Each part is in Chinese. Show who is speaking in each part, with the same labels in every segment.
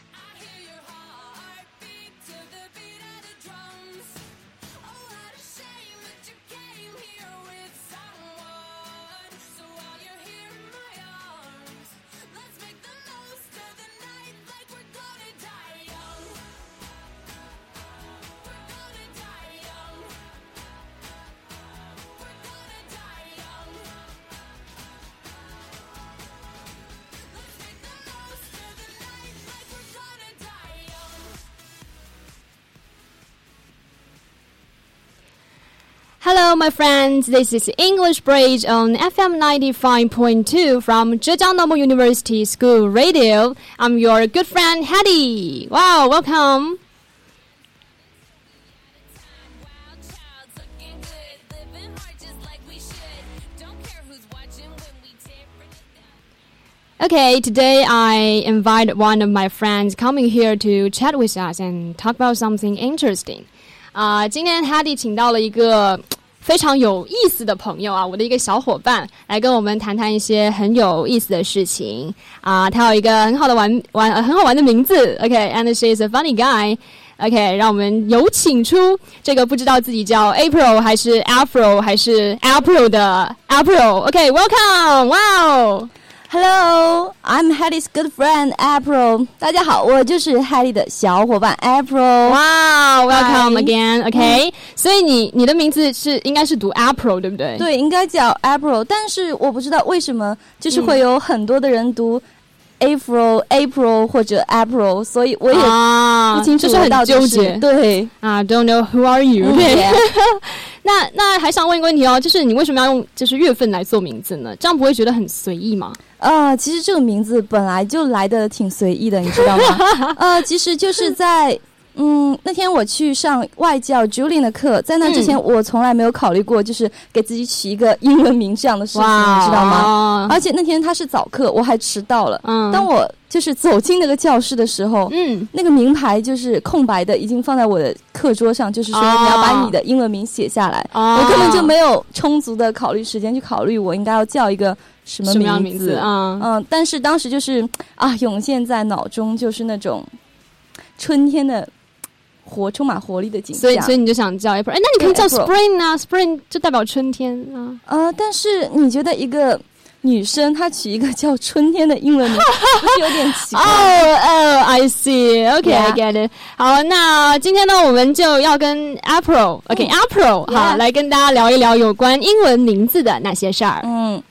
Speaker 1: Oh,
Speaker 2: Hello, my friends. This is English Bridge on FM 95.2 from Zhejiang Normal University School Radio. I'm your good friend, Hattie. Wow, welcome. Okay, today I invite one of my friends coming here to chat with us and talk about something interesting. 啊、今天 Hadi 请到了一个非常有意思的朋友啊，我的一个小伙伴，来跟我们谈谈一些很有意思的事情啊。他有一个很好的玩玩、呃很好玩的名字，OK，and、she is a funny guy。OK，让我们有请出这个不知道自己叫 April 还是 Afro 还是 April 的 April。OK，welcome，、哇哦！
Speaker 1: Hello, I'm Hattie's good friend April。大家好，我就是 Hattie 的小伙伴 April。
Speaker 2: 哇、w e l c o m e
Speaker 1: Hi
Speaker 2: again。OK，、所以你你的名字是应该是读 April 对不对？
Speaker 1: 对，应该叫 April，但是我不知道为什么，就是会有很多的人读 April、April 或者 April，所以我也
Speaker 2: 啊，
Speaker 1: 不清楚
Speaker 2: 就是
Speaker 1: 我
Speaker 2: 很
Speaker 1: 到底
Speaker 2: 纠
Speaker 1: 是
Speaker 2: 结。
Speaker 1: 对，
Speaker 2: 啊，Don't know who are you？、
Speaker 1: 嗯
Speaker 2: OK，那那还想问一个问题哦，就是你为什么要用就是月份来做名字呢？这样不会觉得很随意吗？
Speaker 1: 呃，其实这个名字本来就来的挺随意的，你知道 吗？呃，其实就是在。嗯，那天我去上外教 Julian 的课，在那之前我从来没有考虑过，就是给自己取一个英文名这样的事情，你知道吗？
Speaker 2: 吗？
Speaker 1: 而且那天他是早课，我还迟到了。
Speaker 2: 嗯，
Speaker 1: 当我就是走进那个教室的时候，
Speaker 2: 嗯
Speaker 1: 那个名牌就是空白的，已经放在我的课桌上，就是说
Speaker 2: 哦
Speaker 1: 你要把你的英文名写下来。哦
Speaker 2: 啊，
Speaker 1: 我根本就没有充足的考虑时间去考虑我应该要叫一个什么
Speaker 2: 什么样的名
Speaker 1: 字。
Speaker 2: 啊？
Speaker 1: 嗯，但是当时就是啊，涌现在脑中就是那种春天的活，充满活力的景象。
Speaker 2: 所以所以你就想叫 April？哎，那你可以叫
Speaker 1: 嗯对，April
Speaker 2: Spring 啊，Spring 就代表春天啊。
Speaker 1: 呃，但是你觉得一个女生她取一个叫春天的英文名，不是有点奇怪吗？
Speaker 2: 哦哦，I see. OK, I
Speaker 1: Yeah.
Speaker 2: get it. 好，那今天呢，我们就要跟 April, OK, April，好，
Speaker 1: 嗯 Yeah.
Speaker 2: 来跟大家聊一聊有关英文名字的那些事儿。
Speaker 1: 嗯，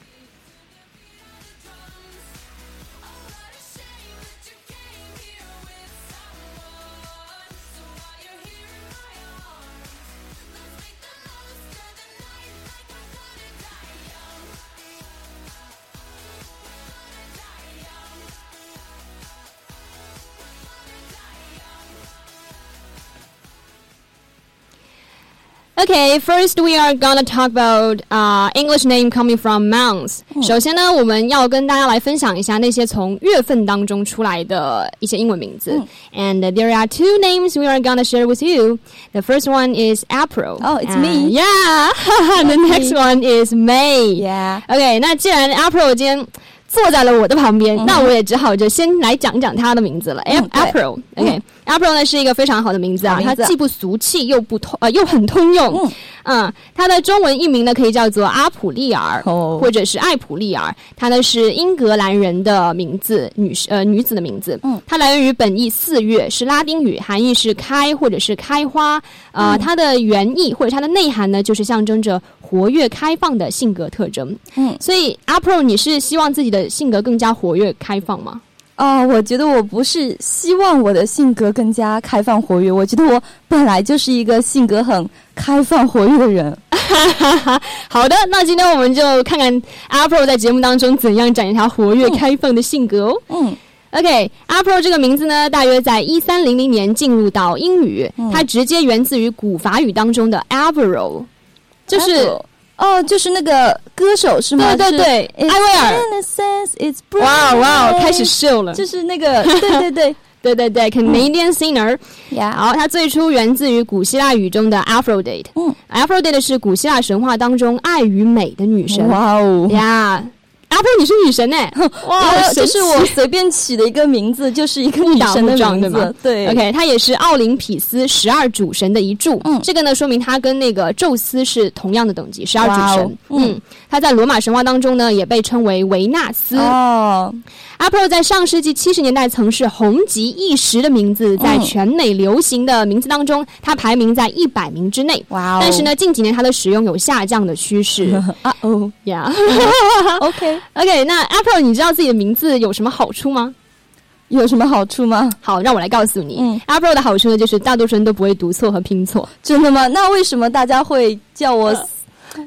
Speaker 2: Okay, first we are gonna talk about uh, English name coming from months.
Speaker 1: Hmm.
Speaker 2: 首先呢，我们要跟大家来分享一下那些从月份当中出来的一些英文名字。And
Speaker 1: Hmm.
Speaker 2: there are two names we are gonna share with you. The first one is April.
Speaker 1: Oh, it's
Speaker 2: And-
Speaker 1: me.
Speaker 2: Yeah. the next one is May.
Speaker 1: Yeah.
Speaker 2: OK，那既然 April 今天坐在了我的旁边，
Speaker 1: 嗯
Speaker 2: 那我也只好就先来讲讲他的名字了。哎、
Speaker 1: 嗯对
Speaker 2: April，OK，April、呢是一个非常好的名字啊，
Speaker 1: 好名
Speaker 2: 它
Speaker 1: 字
Speaker 2: 既不俗气又不通呃又很通用。
Speaker 1: 嗯
Speaker 2: 嗯，它的中文译名呢可以叫做阿普利尔。
Speaker 1: 哦
Speaker 2: 或者是艾普利尔，它呢是英格兰人的名字，女士呃女子的名字。
Speaker 1: 嗯，
Speaker 2: 它来源于本意四月，是拉丁语，含义是开或者是开花。呃，
Speaker 1: 嗯
Speaker 2: 它的原意或者它的内涵呢，就是象征着活跃开放的性格特征。
Speaker 1: 嗯
Speaker 2: 所以阿 p r o 你是希望自己的性格更加活跃开放吗？
Speaker 1: 啊、我觉得我不是希望我的性格更加开放活跃，我觉得我本来就是一个性格很开放活跃的人。
Speaker 2: 好的，那今天我们就看看阿 p r o 在节目当中怎样展现他活跃开放的性格哦。
Speaker 1: 嗯
Speaker 2: OK，a p r o 这个名字呢，大约在一三零零年进入到英语，
Speaker 1: 嗯
Speaker 2: 它直接源自于古法语当中的 Avro，就是
Speaker 1: 哦、就是那个歌手是吗？
Speaker 2: 对对对，
Speaker 1: 嗯就是，
Speaker 2: 艾薇儿。
Speaker 1: Innocence is brave。
Speaker 2: 哇哇，开始秀了！
Speaker 1: 就是嗯那个， 对对对，
Speaker 2: 对对对，Canadian singer。
Speaker 1: 呀，
Speaker 2: 好，它最初源自于古希腊语中的 Aphrodite。
Speaker 1: 嗯
Speaker 2: ，Aphrodite 是古希腊神话当中爱与美的女神。
Speaker 1: 哇哦！
Speaker 2: 呀，Aphro 你是女神呢！欸哇
Speaker 1: 我这是
Speaker 2: 神
Speaker 1: 我
Speaker 2: 奇
Speaker 1: 随便起的一个名字，就是一个女
Speaker 2: 打
Speaker 1: 神
Speaker 2: 木
Speaker 1: 的
Speaker 2: 杖
Speaker 1: 名
Speaker 2: 对吗
Speaker 1: 字，对
Speaker 2: OK，他也是奥林匹斯十二主神的一柱。
Speaker 1: 嗯
Speaker 2: 这个呢，说明他跟那个宙斯是同样的等级，十二
Speaker 1: 哇
Speaker 2: 主
Speaker 1: 哦
Speaker 2: 神。
Speaker 1: 嗯
Speaker 2: 嗯，他在罗马神话当中呢，也被称为维纳斯。
Speaker 1: 哦，
Speaker 2: 阿波罗在上世纪七十年代曾是红极一时的名字，在
Speaker 1: 嗯
Speaker 2: 全美流行的名字当中，他排名在一百名之内。
Speaker 1: 哇哦！
Speaker 2: 但是，呢，近几年它的使用有下降的趋势
Speaker 1: 啊 哦
Speaker 2: 呀。
Speaker 1: ，OK，
Speaker 2: OK，那 April，你知道自己的名字有什么好处吗？
Speaker 1: 有什么好处吗？
Speaker 2: 好，让我来告诉你。
Speaker 1: 嗯
Speaker 2: April 的好处呢，就是大多数人都不会读错和拼错。
Speaker 1: 真的吗？那为什么大家会叫我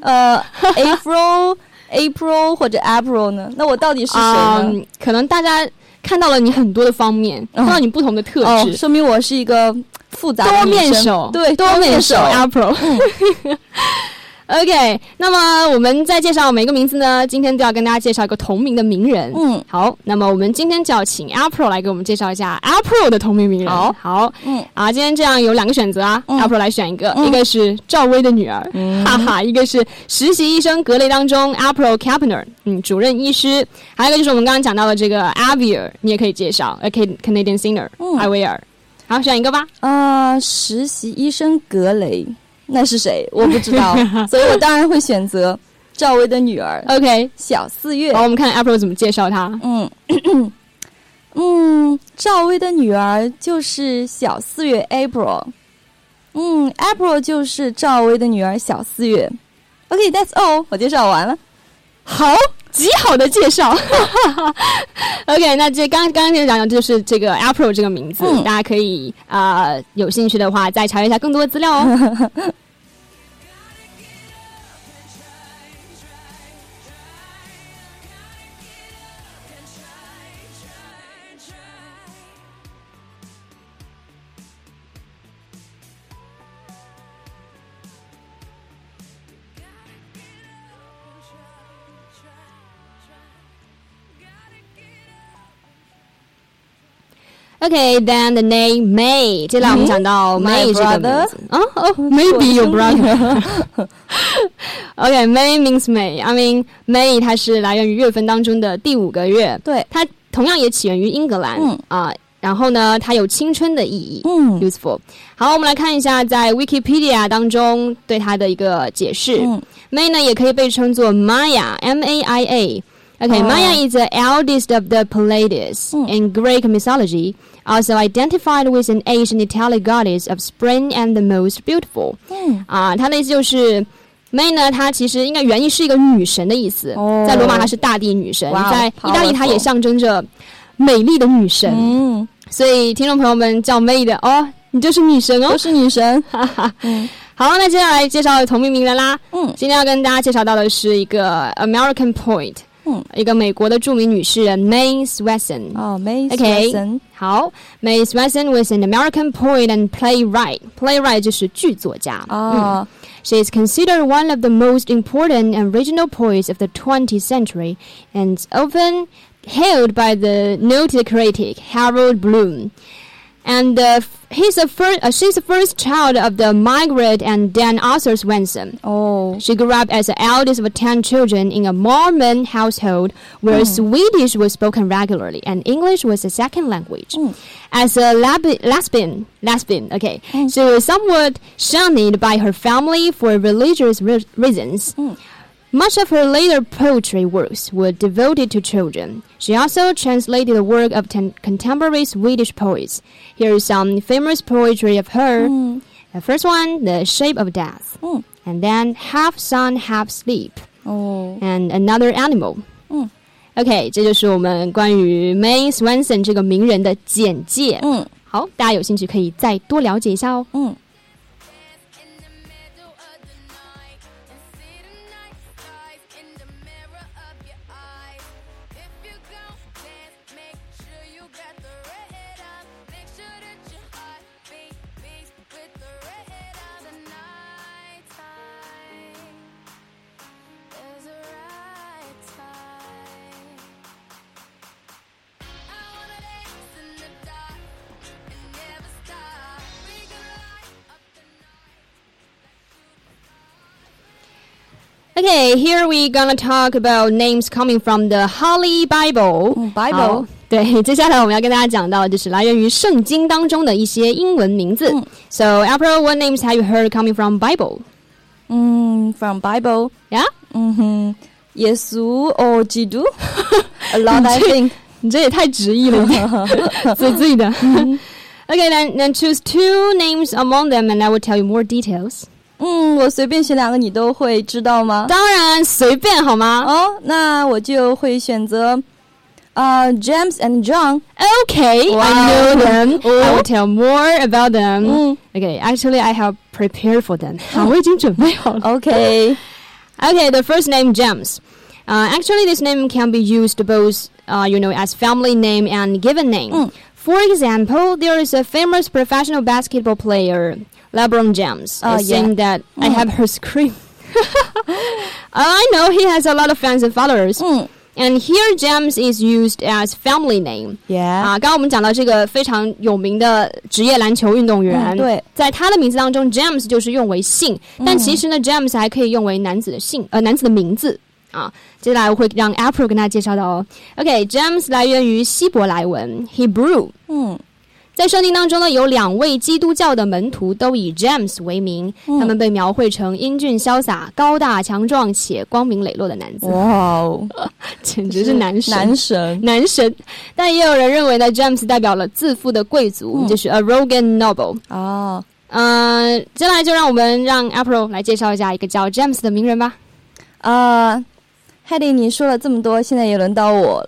Speaker 1: 呃 April April 或者 April 呢？那我到底是谁
Speaker 2: 啊、
Speaker 1: 呢？
Speaker 2: 可能大家看到了你很多的方面，看到你不同的嗯特
Speaker 1: 哦，
Speaker 2: 质，
Speaker 1: 说明我是一个复杂的
Speaker 2: 多
Speaker 1: 女
Speaker 2: 面
Speaker 1: 生
Speaker 2: 手，
Speaker 1: 对，
Speaker 2: 多面手
Speaker 1: 多
Speaker 2: a p r i l OK，那么我们在介绍每个名字呢，今天都要跟大家介绍一个同名的名人。
Speaker 1: 嗯
Speaker 2: 好，那么我们今天就要请 April 来给我们介绍一下 April 的同名名人。
Speaker 1: 好
Speaker 2: 好
Speaker 1: 嗯
Speaker 2: 啊，今天这样有两个选择啊、
Speaker 1: 嗯
Speaker 2: a p r i l 来选一个，
Speaker 1: 嗯
Speaker 2: 一个是赵薇的女儿，哈哈，一个是实习医生格雷当中 April Kapner，嗯，主任医师，还有一个就是我们刚刚讲到的这个 Avier，你也可以介绍呃 Can-，Canadian singer
Speaker 1: 嗯
Speaker 2: 艾薇儿。好，选一个吧。
Speaker 1: 啊、实习医生格雷，那是谁？我不知 道，所以我当然会选择赵薇的女儿
Speaker 2: OK，
Speaker 1: 小四月
Speaker 2: 好，。我们看 April 怎么介绍她。
Speaker 1: 嗯 咳咳嗯，赵薇的女儿就是小四月 April。嗯，April 就是赵薇的女儿小四月。OK，that's、all，我介绍完了。
Speaker 2: 好，极好的介绍。OK，那这刚刚刚讲的就是这个 April 这个名字，
Speaker 1: 嗯
Speaker 2: 大家可以啊、呃有兴趣的话再查阅一下更多的资料哦。OK，then、the name May，接下来我们讲到
Speaker 1: My
Speaker 2: May 这个名字啊 哦，maybe your brother。OK，May、means May。I mean May 它是来源于月份当中的第五个月，
Speaker 1: 对，
Speaker 2: 它同样也起源于英格兰
Speaker 1: 嗯
Speaker 2: 啊、然后呢，它有青春的意义。
Speaker 1: 嗯
Speaker 2: useful。好，我们来看一下在 Wikipedia 当中对它的一个解释。
Speaker 1: 嗯
Speaker 2: May 呢也可以被称作 Maya，M A I A。Okay,
Speaker 1: 哦
Speaker 2: Maya is the eldest of the Pleiades
Speaker 1: 嗯
Speaker 2: in Greek mythology, also identified with an ancient Italian goddess of spring and the most beautiful.
Speaker 1: 嗯，
Speaker 2: 啊，它的意思就是。May 呢，它其实应该原意是一个女神的意思，
Speaker 1: 哦
Speaker 2: 在罗马她是大地女神
Speaker 1: 哇哦
Speaker 2: 在意大利它也
Speaker 1: powerful
Speaker 2: 象征着美丽的女神。
Speaker 1: 嗯，
Speaker 2: 所以听众朋友们叫 May 的哦，你就是女神
Speaker 1: 我
Speaker 2: 哦。
Speaker 1: 是女神。
Speaker 2: 好，那接下来介绍同命名人啦。
Speaker 1: 嗯
Speaker 2: 今天要跟大家介绍到的是一个 American Poet，
Speaker 1: 嗯，
Speaker 2: 一个美国的著名女诗人 May Swenson。
Speaker 1: 哦，May
Speaker 2: OK
Speaker 1: Swenson。
Speaker 2: 好，May Swenson was an American poet and playwright. Playwright 就是剧作家。
Speaker 1: 哦，
Speaker 2: She is considered one of the most important and original poets of the 20th century and often hailed by the noted critic Harold Bloom. And uh, he's a fir- uh, she's the first child of the Margaret and Dan Arthur Swenson.
Speaker 1: 哦，
Speaker 2: She grew up as the eldest of 10 children in a Mormon household where Swedish was spoken regularly and English was a second language. As a lab- lesbian, lesbian, okay, she was somewhat shunned by her family for religious re- reasons. Much of her later poetry works were devoted to children. She also translated the work of ten- contemporary Swedish poets. Here is some famous poetry of her. The first one, The Shape of Death.
Speaker 1: Mm.
Speaker 2: And then Half Sun, Half Sleep.
Speaker 1: 哦，
Speaker 2: And Another Animal.
Speaker 1: 嗯
Speaker 2: OK，这就是我们关于 May Swanson 这个名人的简介。
Speaker 1: 嗯
Speaker 2: 好，大家有兴趣可以再多了解一下哦。
Speaker 1: 嗯。
Speaker 3: in the middle of the night and see the night skies in the mirror of your eyes. If you go dance, make sure you got the red up. Make sure that your heart beat beats with the red of the night time. There's a right time. I wanna dance in the dark and never stop. We can light up the night.
Speaker 2: Okay, here we gonna talk about names coming from the Holy Bible.
Speaker 1: 嗯，Bible
Speaker 2: 好对， 接下来我们要跟大家讲到，就是来源于圣经当中的一些英文名字。
Speaker 1: 嗯
Speaker 2: So, April, what names have you heard coming from Bible?
Speaker 1: 嗯，from Bible，
Speaker 2: Yeah，
Speaker 1: 嗯哼，耶稣哦，基督，a lot I think，
Speaker 2: 你这也太直译了一点， 自己的。Okay, then then choose two names among them, and I will tell you more details.
Speaker 1: 嗯，我随便选两个，你都会知道吗？
Speaker 2: 当然随便好吗
Speaker 1: 哦，那我就会选择，呃，James and John，
Speaker 2: ？Okay, I
Speaker 1: Wow. Oh. Mm.
Speaker 2: know them. I will tell more about them.
Speaker 1: 嗯 Oh.
Speaker 2: Okay, actually, I have prepared for them. 好，我已经准备好了。
Speaker 1: ，OK，
Speaker 2: Okay, the first name James. Uh, actually, this name can be used both, uh, you know, as family name and given name.
Speaker 1: Mm.
Speaker 2: For example, there is a famous professional basketball player, LeBron James.
Speaker 1: Oh,
Speaker 2: It
Speaker 1: yeah.
Speaker 2: seemed that I
Speaker 1: Mm.
Speaker 2: have her screen. I know he has a lot of fans and followers.
Speaker 1: 嗯
Speaker 2: And here, James is used as family name.
Speaker 1: ，Yeah，
Speaker 2: 啊，刚刚我们讲到这个非常有名的职业篮球运动员，
Speaker 1: 嗯对，嗯
Speaker 2: 在他的名字当中，James 就是用为姓，但其实呢、j a m e s 还可以用为男子的姓，呃，男子的名字啊。接下来我会让 April 跟大家介绍的哦。OK，James、来源于希伯来文 Hebrew，
Speaker 1: 嗯
Speaker 2: 在圣经当中呢，有两位基督教的门徒都以 James 为名，
Speaker 1: 嗯
Speaker 2: 他们被描绘成英俊潇洒、高大强壮且光明磊落的男子，
Speaker 1: 哇哦，
Speaker 2: 简直是男神。
Speaker 1: 男神，
Speaker 2: 男神，但也有人认为呢，James 代表了自负的贵族，
Speaker 1: 嗯
Speaker 2: 就是 arrogant noble。
Speaker 1: 哦，
Speaker 2: 嗯、接下来就让我们让 April 来介绍一下一个叫 James 的名人吧。
Speaker 1: 呃，海蒂，你说了这么多，现在也轮到我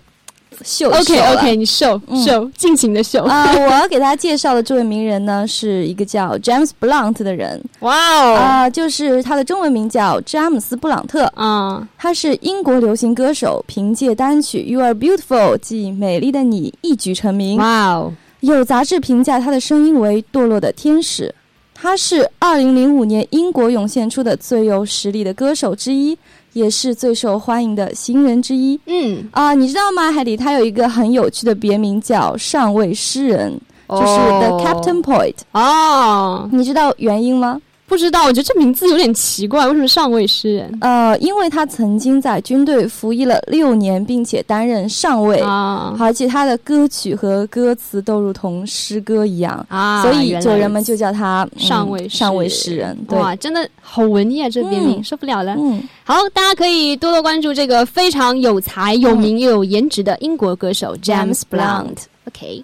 Speaker 1: 秀一哦秀
Speaker 2: OK
Speaker 1: 了
Speaker 2: OK，你秀
Speaker 1: 嗯
Speaker 2: 秀，尽情的秀。
Speaker 1: 啊、我要给大家介绍的这位名人呢，是一个叫 James Blunt 的人
Speaker 2: 哇哦，
Speaker 1: 啊、就是他的中文名叫詹姆斯·布朗特，
Speaker 2: 啊
Speaker 1: 他是英国流行歌手，凭借单曲《You Are Beautiful》即《美丽的你》一举成名。
Speaker 2: 哇哦，
Speaker 1: 有杂志评价他的声音为“堕落的天使”。他是2005年英国涌现出的最有实力的歌手之一，也是最受欢迎的新人之一。
Speaker 2: 嗯，
Speaker 1: 啊、你知道吗，海里他有一个很有趣的别名叫“上位诗人”。
Speaker 2: 就
Speaker 1: 就是 The Captain Point，、
Speaker 2: 哦，
Speaker 1: 你知道原因吗？
Speaker 2: 不知道，我觉得这名字有点奇怪，为什么上位诗人
Speaker 1: 呃，因为他曾经在军队服役了六年，并且担任上尉，
Speaker 2: 啊
Speaker 1: 而且他的歌曲和歌词都如同诗歌一样，
Speaker 2: 啊
Speaker 1: 所以就人们
Speaker 2: 原来
Speaker 1: 就叫他、嗯
Speaker 2: 上位
Speaker 1: 上位诗人。对，
Speaker 2: 哇，真的好文艺啊，这别名、
Speaker 1: 嗯
Speaker 2: 受不了了。
Speaker 1: 嗯
Speaker 2: 好，大家可以多多关注这个非常有才、有名又有颜值的英国歌
Speaker 1: 嗯
Speaker 2: 手 James Blunt。OK，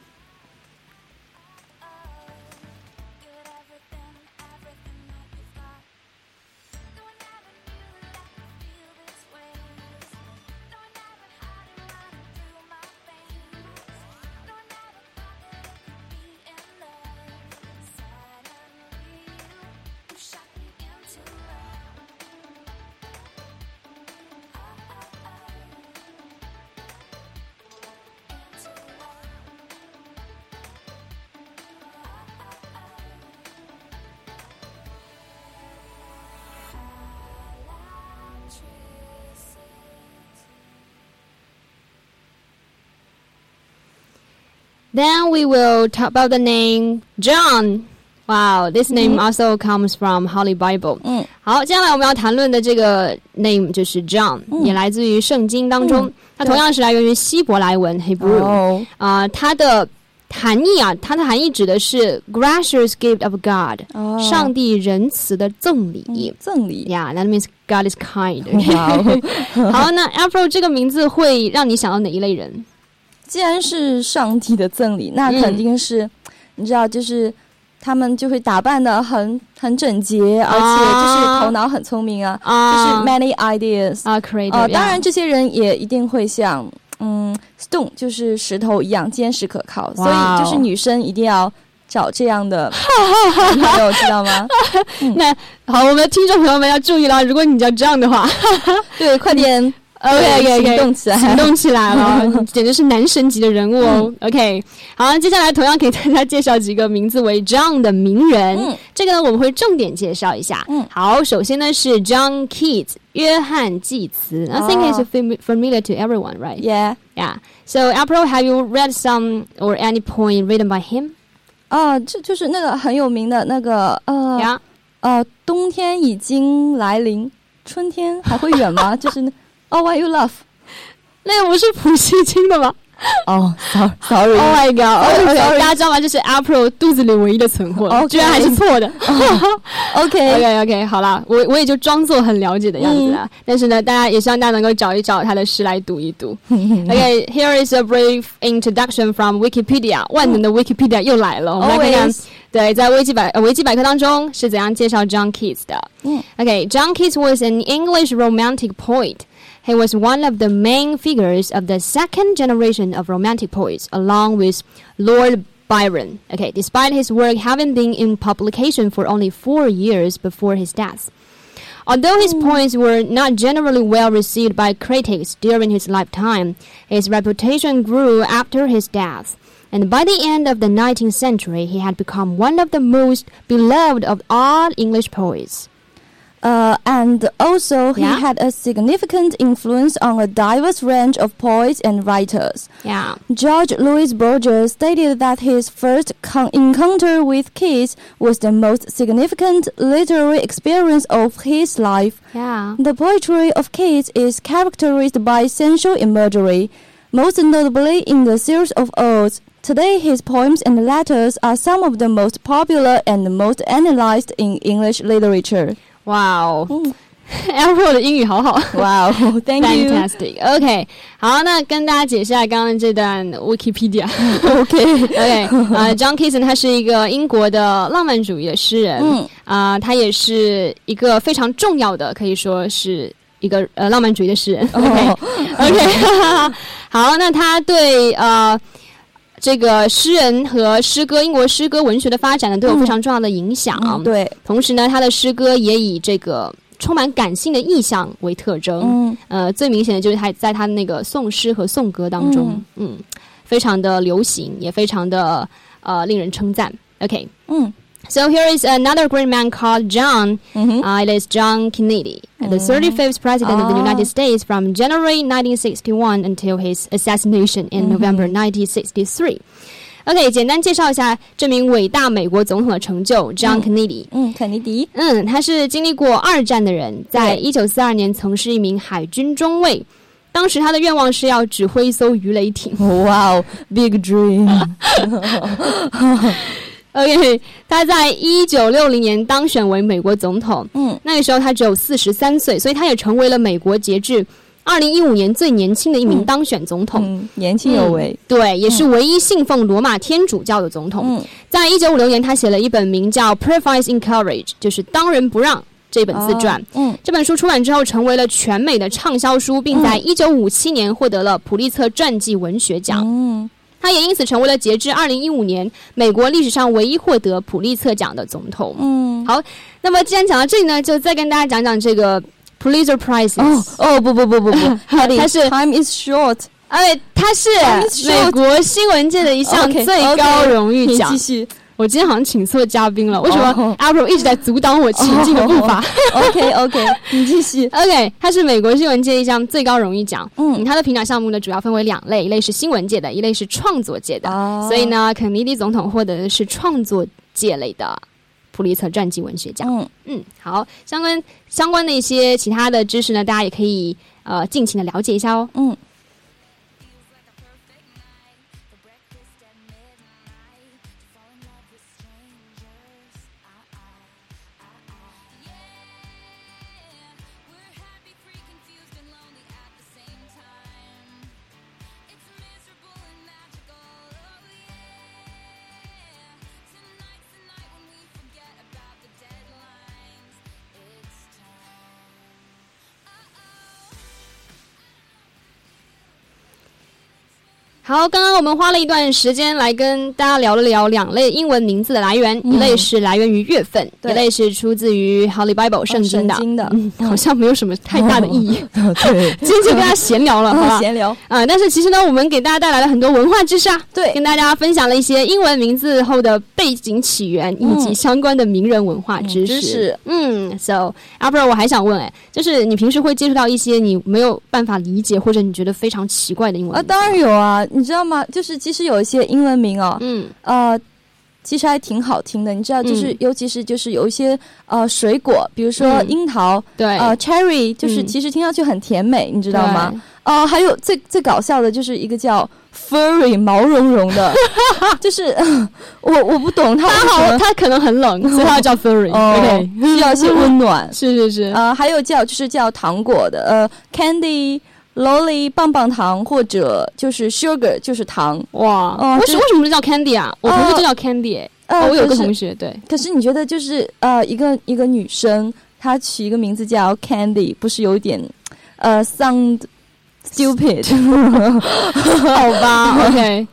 Speaker 3: Shot me into love. Oh, oh, oh. Into love.
Speaker 2: then we will talk about the name John. Wow,
Speaker 1: Mm-hmm
Speaker 2: this name also comes from Holy Bible.
Speaker 1: 嗯
Speaker 2: 好，接下来我们要谈论的这个 name 就是 John，、也
Speaker 1: 嗯
Speaker 2: 来自于圣经当中，它同样是来源于希伯来文 Hebrew。
Speaker 1: 哦，
Speaker 2: 啊、它的含义啊，它的含义指的是 gracious gift of God，、
Speaker 1: 哦
Speaker 2: 上帝仁慈的赠礼。
Speaker 1: 嗯赠礼。
Speaker 2: Yeah, that means God is kind.
Speaker 1: 哇哦，
Speaker 2: 好，那 Afro 这个名字会让你想到哪一类人？
Speaker 1: 既然是上帝的赠礼，那
Speaker 2: 嗯
Speaker 1: 肯定是，你知道，就是他们就会打扮的很很整洁，而且就是头脑很聪明啊，就
Speaker 2: 啊、
Speaker 1: 是 many ideas。
Speaker 2: 啊，creative 呀。
Speaker 1: 呃，当然这些人也一定会像嗯 stone 就是石头一样坚实可靠，所
Speaker 2: 哇哦
Speaker 1: 以就是女生一定要找这样 的男朋友，知道吗？
Speaker 2: 好，我们的听众朋友们要注意了，如果你叫这样 的话
Speaker 1: 对，快点
Speaker 2: ，OK
Speaker 1: 哦对
Speaker 2: OK
Speaker 1: 行
Speaker 2: OK。
Speaker 1: 动起
Speaker 2: 行
Speaker 1: 来。
Speaker 2: 动起来 了，你简直是男神级的人物哦。OK，好，
Speaker 1: 嗯
Speaker 2: 接下来同样给大家介绍几个名字为 John 的名人。
Speaker 1: 嗯
Speaker 2: 这个呢，我们会重点介绍一下。
Speaker 1: 嗯
Speaker 2: 好，首先呢是 John Keats，约翰济慈。I think it's
Speaker 1: 哦
Speaker 2: fami- familiar to everyone, right?
Speaker 1: Yeah，
Speaker 2: Yeah. So, April, have you read some or any poem written by him?
Speaker 1: 哦，这就是那个很有名的那个呃
Speaker 2: Yeah.
Speaker 1: 呃，冬天已经来临，春天还会远 吗？就是那 Oh, why you love？
Speaker 2: 那个不是普希金 的吗
Speaker 1: 哦
Speaker 2: ？Oh
Speaker 1: ，sorry，sorry，
Speaker 2: my god！
Speaker 1: Sorry,
Speaker 2: OK，
Speaker 1: sorry
Speaker 2: 大家知道吗？这是 April 肚子里唯一的存货，
Speaker 1: OK
Speaker 2: 居然还是错 的。
Speaker 1: OK，
Speaker 2: OK OK，好啦，我我也就装作很了解的样子
Speaker 1: 嗯
Speaker 2: 啦。但是呢，大家也希望大家能够找一找他的诗来读一 读。OK，here is a brief introduction from Wikipedia。万能的 Wikipedia 又来了，我们来看看
Speaker 1: Oh Always
Speaker 2: 对，在维基百呃维基百科当中是怎样介绍 John Keats 的？
Speaker 1: 嗯
Speaker 2: Okay, John Keats was an English romantic poet. He was one of the main figures of the second generation of romantic poets, along with Lord Byron. Okay, despite his work having been in publication for only four years before his death. Although his poems were not generally well received by critics during his lifetime, his reputation grew after his death. And by the end of the 19th century, he had become one of the most beloved of all English poets.
Speaker 1: Uh, and also, he
Speaker 2: Yeah.
Speaker 1: had a significant influence on a diverse range of poets and writers.
Speaker 2: Yeah.
Speaker 1: George Louis Borges stated that his first con- encounter with Keats was the most significant literary experience of his life.
Speaker 2: Yeah.
Speaker 1: The poetry of Keats is characterized by sensual imagery, most notably in the series of odes. Today, his poems and letters are some of the most popular and most analyzed in English literature.
Speaker 2: Wow.
Speaker 1: Mm.
Speaker 2: April 的英语好好。
Speaker 1: Wow, thank you.
Speaker 2: Fantastic. OK，好，那跟大家解释一下刚刚这段 Wikipedia。OK OK，啊、j o h n Keaton 他是一个英国的浪漫主义的诗人，
Speaker 1: 嗯
Speaker 2: 啊、他也是一个非常重要的，可以说是一个呃浪漫主义的诗人。OK
Speaker 1: 哦
Speaker 2: OK，好， 那他对呃。这个诗人和诗歌，英国诗歌文学的发展呢，都有非常重要的影响。
Speaker 1: 嗯，对，
Speaker 2: 同时呢，他的诗歌也以这个充满感性的意象为特征。
Speaker 1: 嗯
Speaker 2: 呃，最明显的就是他在他那个宋诗和宋歌当中，嗯非常的流行，也非常的呃令人称赞。OK。
Speaker 1: 嗯
Speaker 2: So here is another great man called John.
Speaker 1: 嗯哼
Speaker 2: Uh, it is John Kennedy, the 35th president of the
Speaker 1: Hmm. Ah.
Speaker 2: United States from January 1961 until his assassination in
Speaker 1: Hmm.
Speaker 2: November 1963. OK，简单介绍一下这名伟大美国总统的成就，John
Speaker 1: 嗯
Speaker 2: Kennedy。
Speaker 1: 嗯，肯尼迪，
Speaker 2: 嗯，他是经历过二战的人，在一九四二年曾是一名海军中尉。当时他的愿望是要指挥一艘鱼雷艇。
Speaker 1: wow, big dream.
Speaker 2: OK，他在一九六零年当选为美国总统，
Speaker 1: 嗯
Speaker 2: 那个时候他只有四十三岁，所以他也成为了美国截至二零一五年最年轻的一名
Speaker 1: 嗯
Speaker 2: 当选总统。
Speaker 1: 嗯，年轻有为。
Speaker 2: 对，也是唯一信奉罗马天主教的总统。
Speaker 1: 嗯，
Speaker 2: 在一九五六年，他写了一本名叫《Preface in Courage》，就是当仁不让这本自传。
Speaker 1: 哦。
Speaker 2: 这本书出版之后，成为了全美的畅销书，并
Speaker 1: 嗯
Speaker 2: 在一九五七年获得了普利策传记文学奖。
Speaker 1: 嗯嗯，
Speaker 2: 他也因此成为了截至二零一五年美国历史上唯一获得普利策奖的总统。
Speaker 1: 嗯，
Speaker 2: 那么，既然讲到这里呢，就再跟大家讲讲这个 Pulitzer Prize。
Speaker 1: 哦哦不不不不不，
Speaker 2: 它是
Speaker 1: time is short，
Speaker 2: 哎，它是
Speaker 1: Thomas Schultz
Speaker 2: 美国新闻界的一项
Speaker 1: OK，OK，
Speaker 2: 最高荣
Speaker 1: 啊
Speaker 2: 誉
Speaker 1: 你
Speaker 2: 奖
Speaker 1: 继。续。
Speaker 2: 我今天好像请错嘉宾了，为什么
Speaker 1: 哦
Speaker 2: April 一直在阻挡我前进的步伐
Speaker 1: OK OK，你哦继续。
Speaker 2: ？OK，它是美国新闻界一项最高荣誉奖。嗯，
Speaker 1: 嗯，
Speaker 2: 它的评奖项目呢，主要分为两类，一类是新闻界的，一类是创作界的。
Speaker 1: 啊
Speaker 2: 所以，呢，肯尼迪总统获得的是创作界类的普利策传记文学奖。
Speaker 1: 嗯，
Speaker 2: 嗯，好，相关相关的一些其他的知识呢，大家也可以呃尽情的了解一下哦。
Speaker 1: 嗯，
Speaker 3: Feels like a perfect night. The breakfast at midnight. To fall in love with strangers. Ah, ah, ah, ah. Yeah. We're happy, free, confused, and lonely at the same time. It's miserable and magical. Oh, yeah. Tonight's the night when we forget about the deadlines. It's time. Uh-oh.
Speaker 2: 好，刚刚我们花了一段时间来跟大家聊了聊两类英文名字的来源，一类是来源于月份，一
Speaker 1: 对哦
Speaker 2: 类是出自于 Holy Bible 圣经的，
Speaker 1: 经的，
Speaker 2: 嗯好像没有什么太大的意 义。
Speaker 1: 哦对， 哦
Speaker 2: 今天就跟大家闲聊了，好吧？
Speaker 1: 闲聊。
Speaker 2: 啊、但是其实呢，我们给大家带来了很多文化知识啊，
Speaker 1: 对
Speaker 2: 跟大家分享了一些英文名字后的背景起源以及
Speaker 1: 嗯
Speaker 2: 相关的名人文化知识。
Speaker 1: 嗯知识
Speaker 2: 嗯 s o a b r 我还想问，哎，就是你平时会接触到一些你没有办法理解或者你觉得非常奇怪的英文
Speaker 1: 啊，
Speaker 2: 名字吗
Speaker 1: 当然有啊，你知道吗？就是其实有一些英文名哦，
Speaker 2: 嗯，
Speaker 1: 呃，其实还挺好听的。你知道，就是
Speaker 2: 嗯
Speaker 1: 尤其是就是有一些呃水果，比如说
Speaker 2: 嗯
Speaker 1: 樱桃，
Speaker 2: 对，
Speaker 1: 呃，cherry，就是
Speaker 2: 嗯
Speaker 1: 其实听上去很甜美，你知
Speaker 2: 知
Speaker 1: 道吗？？哦，还有最最搞笑的就是一个叫 furry 毛茸茸 的，就是 我我不懂它
Speaker 2: 他
Speaker 1: 为
Speaker 2: 好，
Speaker 1: 什么
Speaker 2: 他可能很冷，所以他要 叫 furry。
Speaker 1: 哦
Speaker 2: OK，。
Speaker 1: 需要一些温暖
Speaker 2: 是是是，
Speaker 1: 呃，还有叫就是叫糖果的，呃，candy lolly 棒棒糖或者就是 sugar 就是糖。
Speaker 2: 哇，
Speaker 1: 哦
Speaker 2: 为
Speaker 1: 这
Speaker 2: 什为什么叫 Candy 啊？我同事
Speaker 1: 哦
Speaker 2: 就叫 Candy，哎
Speaker 1: 呃，
Speaker 2: 哦我有个
Speaker 1: 可是
Speaker 2: 同学， 对，
Speaker 1: 可是你觉得就是呃，一个一个女生她取一个名字叫 candy，不是有一点呃 sound stupid？
Speaker 2: 好吧，OK，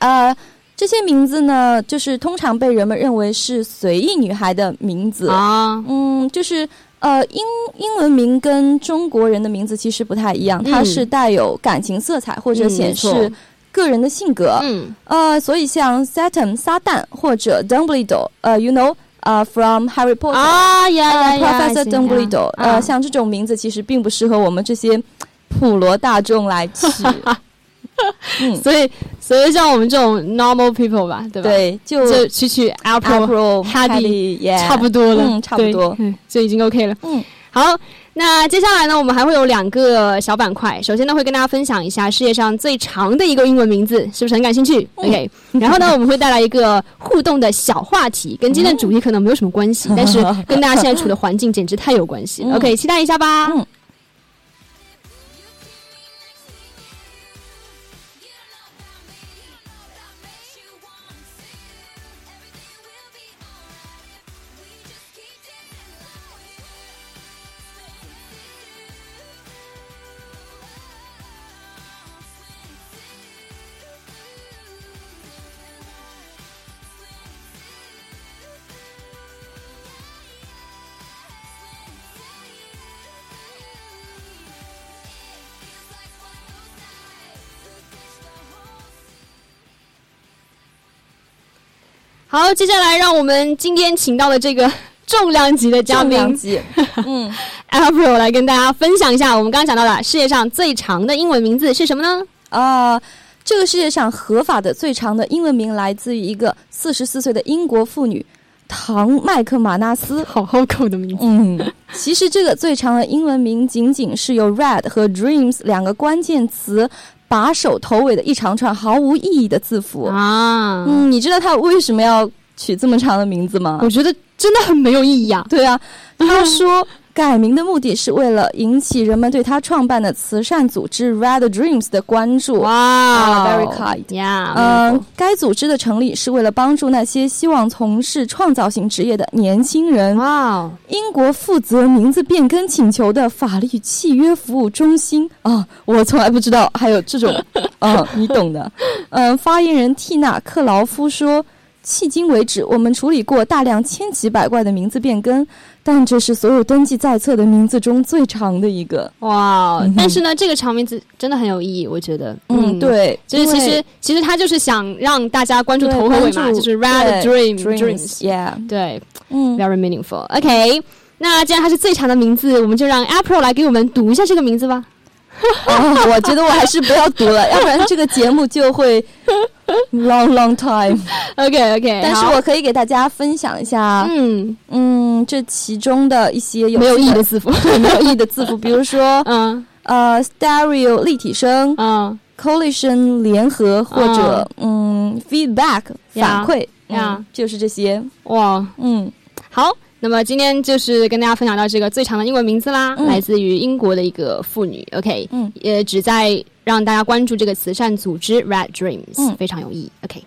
Speaker 1: 呃，这些名字呢，就是通常被人们认为是随意女孩的名字。
Speaker 2: 啊，
Speaker 1: 嗯，就是呃，英英文名跟中国人的名字其实不太一样，它
Speaker 2: 嗯
Speaker 1: 是带有感情色彩或者
Speaker 2: 嗯
Speaker 1: 显
Speaker 2: 没错
Speaker 1: 示个人的性格。
Speaker 2: 嗯
Speaker 1: 呃，所以像 Satan 撒旦或者 Dumbledore，呃，you know，呃，from Harry Potter，、
Speaker 2: 啊呀呀
Speaker 1: 呃
Speaker 2: 呀
Speaker 1: ，Professor
Speaker 2: 行呀
Speaker 1: Dumbledore，、
Speaker 2: 啊
Speaker 1: 呃，像这种名字其实并不适合我们这些普罗大众来 取。嗯，
Speaker 2: 所以所以像我们这种 normal people 吧，对吧？
Speaker 1: 对，就
Speaker 2: 就取取 Apple
Speaker 1: April
Speaker 2: Hardy，
Speaker 1: 耶，
Speaker 2: 差不多了，
Speaker 1: 嗯差不
Speaker 2: 对
Speaker 1: 多
Speaker 2: 嗯，就已经 OK 了。
Speaker 1: 嗯，
Speaker 2: 好，那接下来呢，我们还会有两个小板块。首先呢，会跟大家分享一下世界上最长的一个英文名字，是不是很感兴趣、o
Speaker 1: 嗯
Speaker 2: k 然后呢，我们会带来一个互动的小话题，跟今天的主题可能没有什么关系，但是跟大家现在处的环境简直太有关系了。
Speaker 1: 嗯
Speaker 2: OK，期待一下吧。
Speaker 1: 嗯
Speaker 2: 好，接下来让我们今天请到的这个重量级的嘉
Speaker 1: 重
Speaker 2: 宾
Speaker 1: 量 级，嗯。
Speaker 2: April 来跟大家分享一下我们刚刚讲到的世界上最长的英文名字是什么呢？
Speaker 1: 啊，这个世界上合法的最长的英文名来自于一个四十四岁的英国妇女唐麦克马纳斯。
Speaker 2: 好拗口的名字。
Speaker 1: 嗯，其实这个最长的英文名仅仅是由 “red” 和 “dreams” 两个关键词把手头尾的一长串毫无意义的字符。
Speaker 2: 啊，
Speaker 1: 嗯，你知道他为什么要取这么长的名字吗？
Speaker 2: 我觉得真的很没有意义啊。
Speaker 1: 对啊，他说改名的目的是为了引起人们对他创办的慈善组织 Red Dreams 的关注。
Speaker 2: 哇
Speaker 1: Very kind
Speaker 2: 呀，没有
Speaker 1: 嗯
Speaker 2: 过，
Speaker 1: 该组织的成立是为了帮助那些希望从事创造性职业的年轻人。
Speaker 2: 哇哦，
Speaker 1: 英国负责名字变更请求的法律契约服务中心啊，我从来不知道还有这 种，啊，你懂的。嗯，发言人蒂娜·克劳夫说。迄今为止，我们处理过大量千奇百怪的名字变更，但这是所有登记在册的名字中最长的一个。
Speaker 2: 哇哦
Speaker 1: 嗯哼！
Speaker 2: 但是呢，这个长名字真的很有意义，我觉得。
Speaker 1: 嗯，，对，
Speaker 2: 就是其
Speaker 1: 因为
Speaker 2: 实其实他就是想让大家关注
Speaker 1: 对
Speaker 2: 头和尾嘛，
Speaker 1: 关注
Speaker 2: 就是 red
Speaker 1: 对
Speaker 2: dream
Speaker 1: dreams，
Speaker 2: dreams，
Speaker 1: yeah，
Speaker 2: 对
Speaker 1: 嗯，
Speaker 2: ，very meaningful。OK，那既然它是最长的名字，我们就让 April 来给我们读一下这个名字吧。
Speaker 1: 啊，我觉得我还是不要读了，要不然这个节目就会 long long time。
Speaker 2: OK OK，
Speaker 1: 但是我可以给大家分享一下，
Speaker 2: 嗯，
Speaker 1: 嗯，这其中的一些有
Speaker 2: 没有
Speaker 1: 趣
Speaker 2: 意义的 字符，
Speaker 1: 对没有意义的字符，比如说
Speaker 2: 嗯
Speaker 1: 呃 stereo 立体声、
Speaker 2: 嗯
Speaker 1: collision 联合或者嗯 feedback
Speaker 2: 啊呀
Speaker 1: 反馈，
Speaker 2: 呀
Speaker 1: 嗯，就是这些，
Speaker 2: 哇，
Speaker 1: 嗯
Speaker 2: 好，那么今天就是跟大家分享到这个最长的英文名字啦，
Speaker 1: 嗯
Speaker 2: 来自于英国的一个妇女。OK，
Speaker 1: 嗯
Speaker 2: 也旨在让大家关注这个慈善组织 Red Dreams，、
Speaker 1: 嗯
Speaker 2: 非常有意义。OK，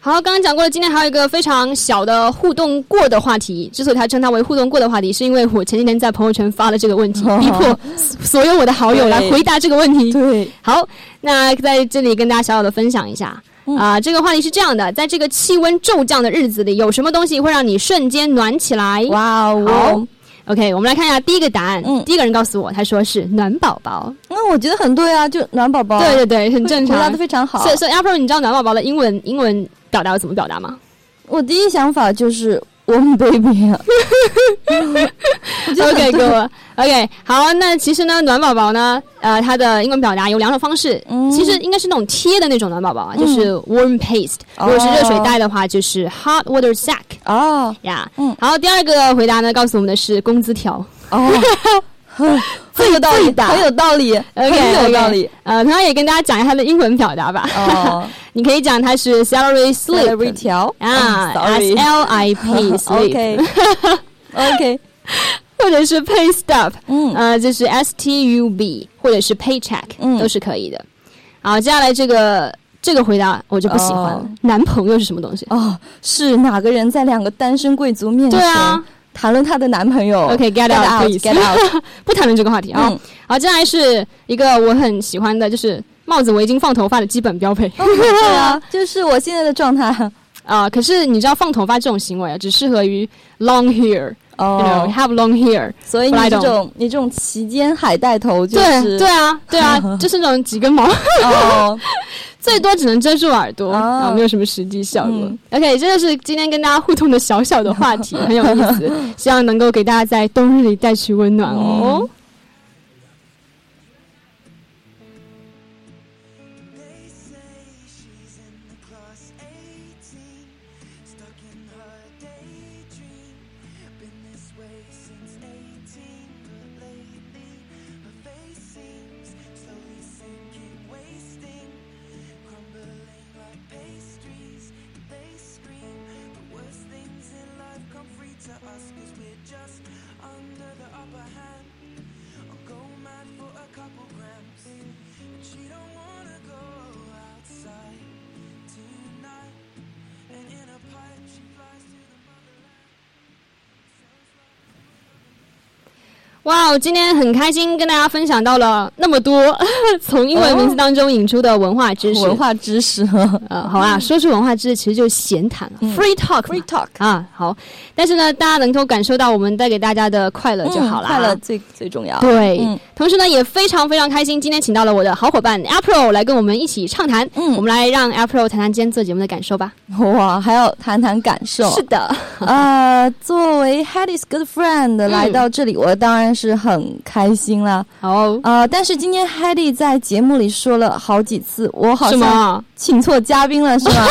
Speaker 2: 好，刚刚讲过了，今天还有一个非常小的互动过的话题。之所以它称它为互动过的话题，是因为我前几天在朋友圈发了这个问题，逼迫所有我的好友来
Speaker 1: 哦对
Speaker 2: 回答这个问题。
Speaker 1: 对，
Speaker 2: 好，那在这里跟大家小小的分享一下。
Speaker 1: 嗯
Speaker 2: 啊、这个话题是这样的，在这个气温骤降的日子里，有什么东西会让你瞬间暖起来
Speaker 1: 哇
Speaker 2: 好
Speaker 1: 哦，
Speaker 2: ？OK，我们来看一下第一个答案。
Speaker 1: 嗯
Speaker 2: 第一个人告诉我，他说是暖宝宝。
Speaker 1: 那我觉得很对啊，就暖宝宝，
Speaker 2: 对，对对，很正
Speaker 1: 回答
Speaker 2: 常
Speaker 1: 的。非常好
Speaker 2: 所。以所以 a p r i l 你知道暖宝宝的英文英文表达怎么表达吗？
Speaker 1: 我第一想法就是我们 baby 啊， 我觉得
Speaker 2: OK，
Speaker 1: 很
Speaker 2: 各
Speaker 1: 对
Speaker 2: 位，OK，好，那其实呢，暖宝宝呢，呃，它的英文表达有两种方式，
Speaker 1: 嗯
Speaker 2: 其实应该是那种贴的那种暖宝宝啊，
Speaker 1: 嗯
Speaker 2: 就是 warm paste，、
Speaker 1: 哦
Speaker 2: 如果是热水袋的话，就是 hot water sack
Speaker 1: 哦
Speaker 2: 呀、
Speaker 1: 嗯
Speaker 2: 然后第二个回答呢，告诉我们的是工资条。
Speaker 1: 哦，很有道理，很有道理，很
Speaker 2: OK，
Speaker 1: 有道理
Speaker 2: 呃，同样也跟大家讲一下它的英文表达吧。
Speaker 1: 哦。
Speaker 2: 你可以讲它是 salary
Speaker 1: 对了，微
Speaker 2: slip
Speaker 1: 调嗯
Speaker 2: 啊 ，S L I P slip，
Speaker 1: ，sorry，OK OK，
Speaker 2: 或者是 pay stub，
Speaker 1: 嗯
Speaker 2: 呃，就是 S T U B 或者是 paycheck、
Speaker 1: 嗯
Speaker 2: 都是可以的。好，接下来这个这个回答我就不喜欢了。
Speaker 1: 哦
Speaker 2: 男朋友是什么东西？
Speaker 1: 哦，是哪个人在两个单身贵族面前
Speaker 2: 对啊
Speaker 1: 谈论她的男朋友
Speaker 2: OK，get
Speaker 1: ，get
Speaker 2: out，please
Speaker 1: out，get out，
Speaker 2: 不谈论这个话题啊。
Speaker 1: 嗯，
Speaker 2: 好，接下来是一个我很喜欢的，就是帽子、围巾、放头发的基本标配。
Speaker 1: 对啊， 就是我现在的状态。
Speaker 2: 啊、可是你知道放头发这种行为啊，只适合于 long hair，you
Speaker 1: 哦
Speaker 2: know，have long hair。
Speaker 1: 所以你
Speaker 2: Fly
Speaker 1: 这
Speaker 2: 动
Speaker 1: 种你这种齐肩海带头就是
Speaker 2: 对对啊，对啊，就是那种几根毛，
Speaker 1: 哦，
Speaker 2: 最多只能遮住耳朵，
Speaker 1: 啊
Speaker 2: 啊，没有什么实际效果。
Speaker 1: 嗯
Speaker 2: OK，这就是今天跟大家互动的小小的话题，很有意 思，希望能够给大家在冬日里带去温暖哦。
Speaker 1: 嗯
Speaker 4: They say she's in the class 18, stuck in her daydream. Been this way since 18, but lately her face seems slowly sinking, wasting, crumbling like pastries. They scream the worst things in life come free to us, cause we're just under the upper hand. I'll go mad for a couple grams. And she don't wanna go outside tonight. And in a pipe, she flies to the motherland.
Speaker 2: 哇哦，今天很开心跟大家分享到了那么多 从英文名字当中引出的文化知识。
Speaker 1: 文化知 识
Speaker 2: 呃，好啊，说是文化知识，其实就是闲谈啊、f r e e talk 嘛
Speaker 1: 嗯 free talk
Speaker 2: 啊，好。但是呢，大家能够感受到我们带给大家的快乐就
Speaker 1: 嗯
Speaker 2: 好啦。
Speaker 1: 快乐最最重要。
Speaker 2: 对，
Speaker 1: 嗯
Speaker 2: 同时呢，也非常非常开心，今天请到了我的好伙伴 April 来跟我们一起畅谈。
Speaker 1: 嗯
Speaker 2: 我们来让 April 谈谈今天做节目的感受吧。
Speaker 1: 哇，还要谈谈感受。
Speaker 2: 的，
Speaker 1: 呃，作为 Hattie's good friend 来到这里，我当然是很开心啦。
Speaker 2: 哦，
Speaker 1: 呃，但是今天 Hattie 在节目里说了好几次，我好
Speaker 2: 什
Speaker 1: 像
Speaker 2: 么？
Speaker 1: 请错嘉宾了， 是吗？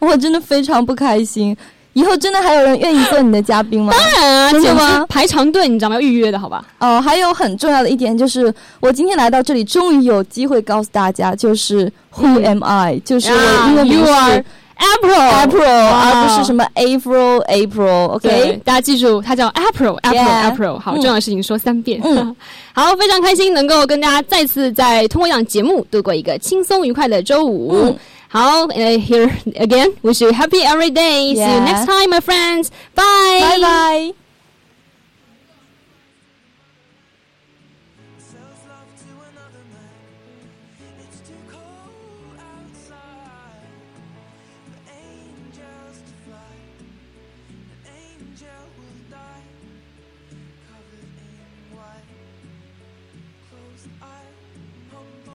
Speaker 1: 我真的非常不开心。以后真的还有人愿意做你的嘉 宾吗？
Speaker 2: 当然啊，
Speaker 1: 真的
Speaker 2: 这
Speaker 1: 吗
Speaker 2: 是排长队，你知道吗？要预约的好吧？
Speaker 1: 哦，还有很重要的一点就是，我今天来到这里，终于有机会告诉大家，就是 Who am I？、就是我的英文名
Speaker 2: 嗯啊 you
Speaker 1: 是
Speaker 2: are April。
Speaker 1: April，而不
Speaker 2: 哇
Speaker 1: 是什么 April April，OK？、
Speaker 2: 对，大家记住，它叫 April April
Speaker 1: Yeah
Speaker 2: April。
Speaker 1: 嗯
Speaker 2: 好，重要的事情说三遍。
Speaker 1: 嗯
Speaker 2: 好，非常开心能够跟大家再次在通过一档节目度过一个轻松愉快的周五。
Speaker 1: 嗯
Speaker 2: 好，呃，here again，wish you happy every day. See you
Speaker 1: Yeah
Speaker 2: next time, my friends.
Speaker 1: 拜拜。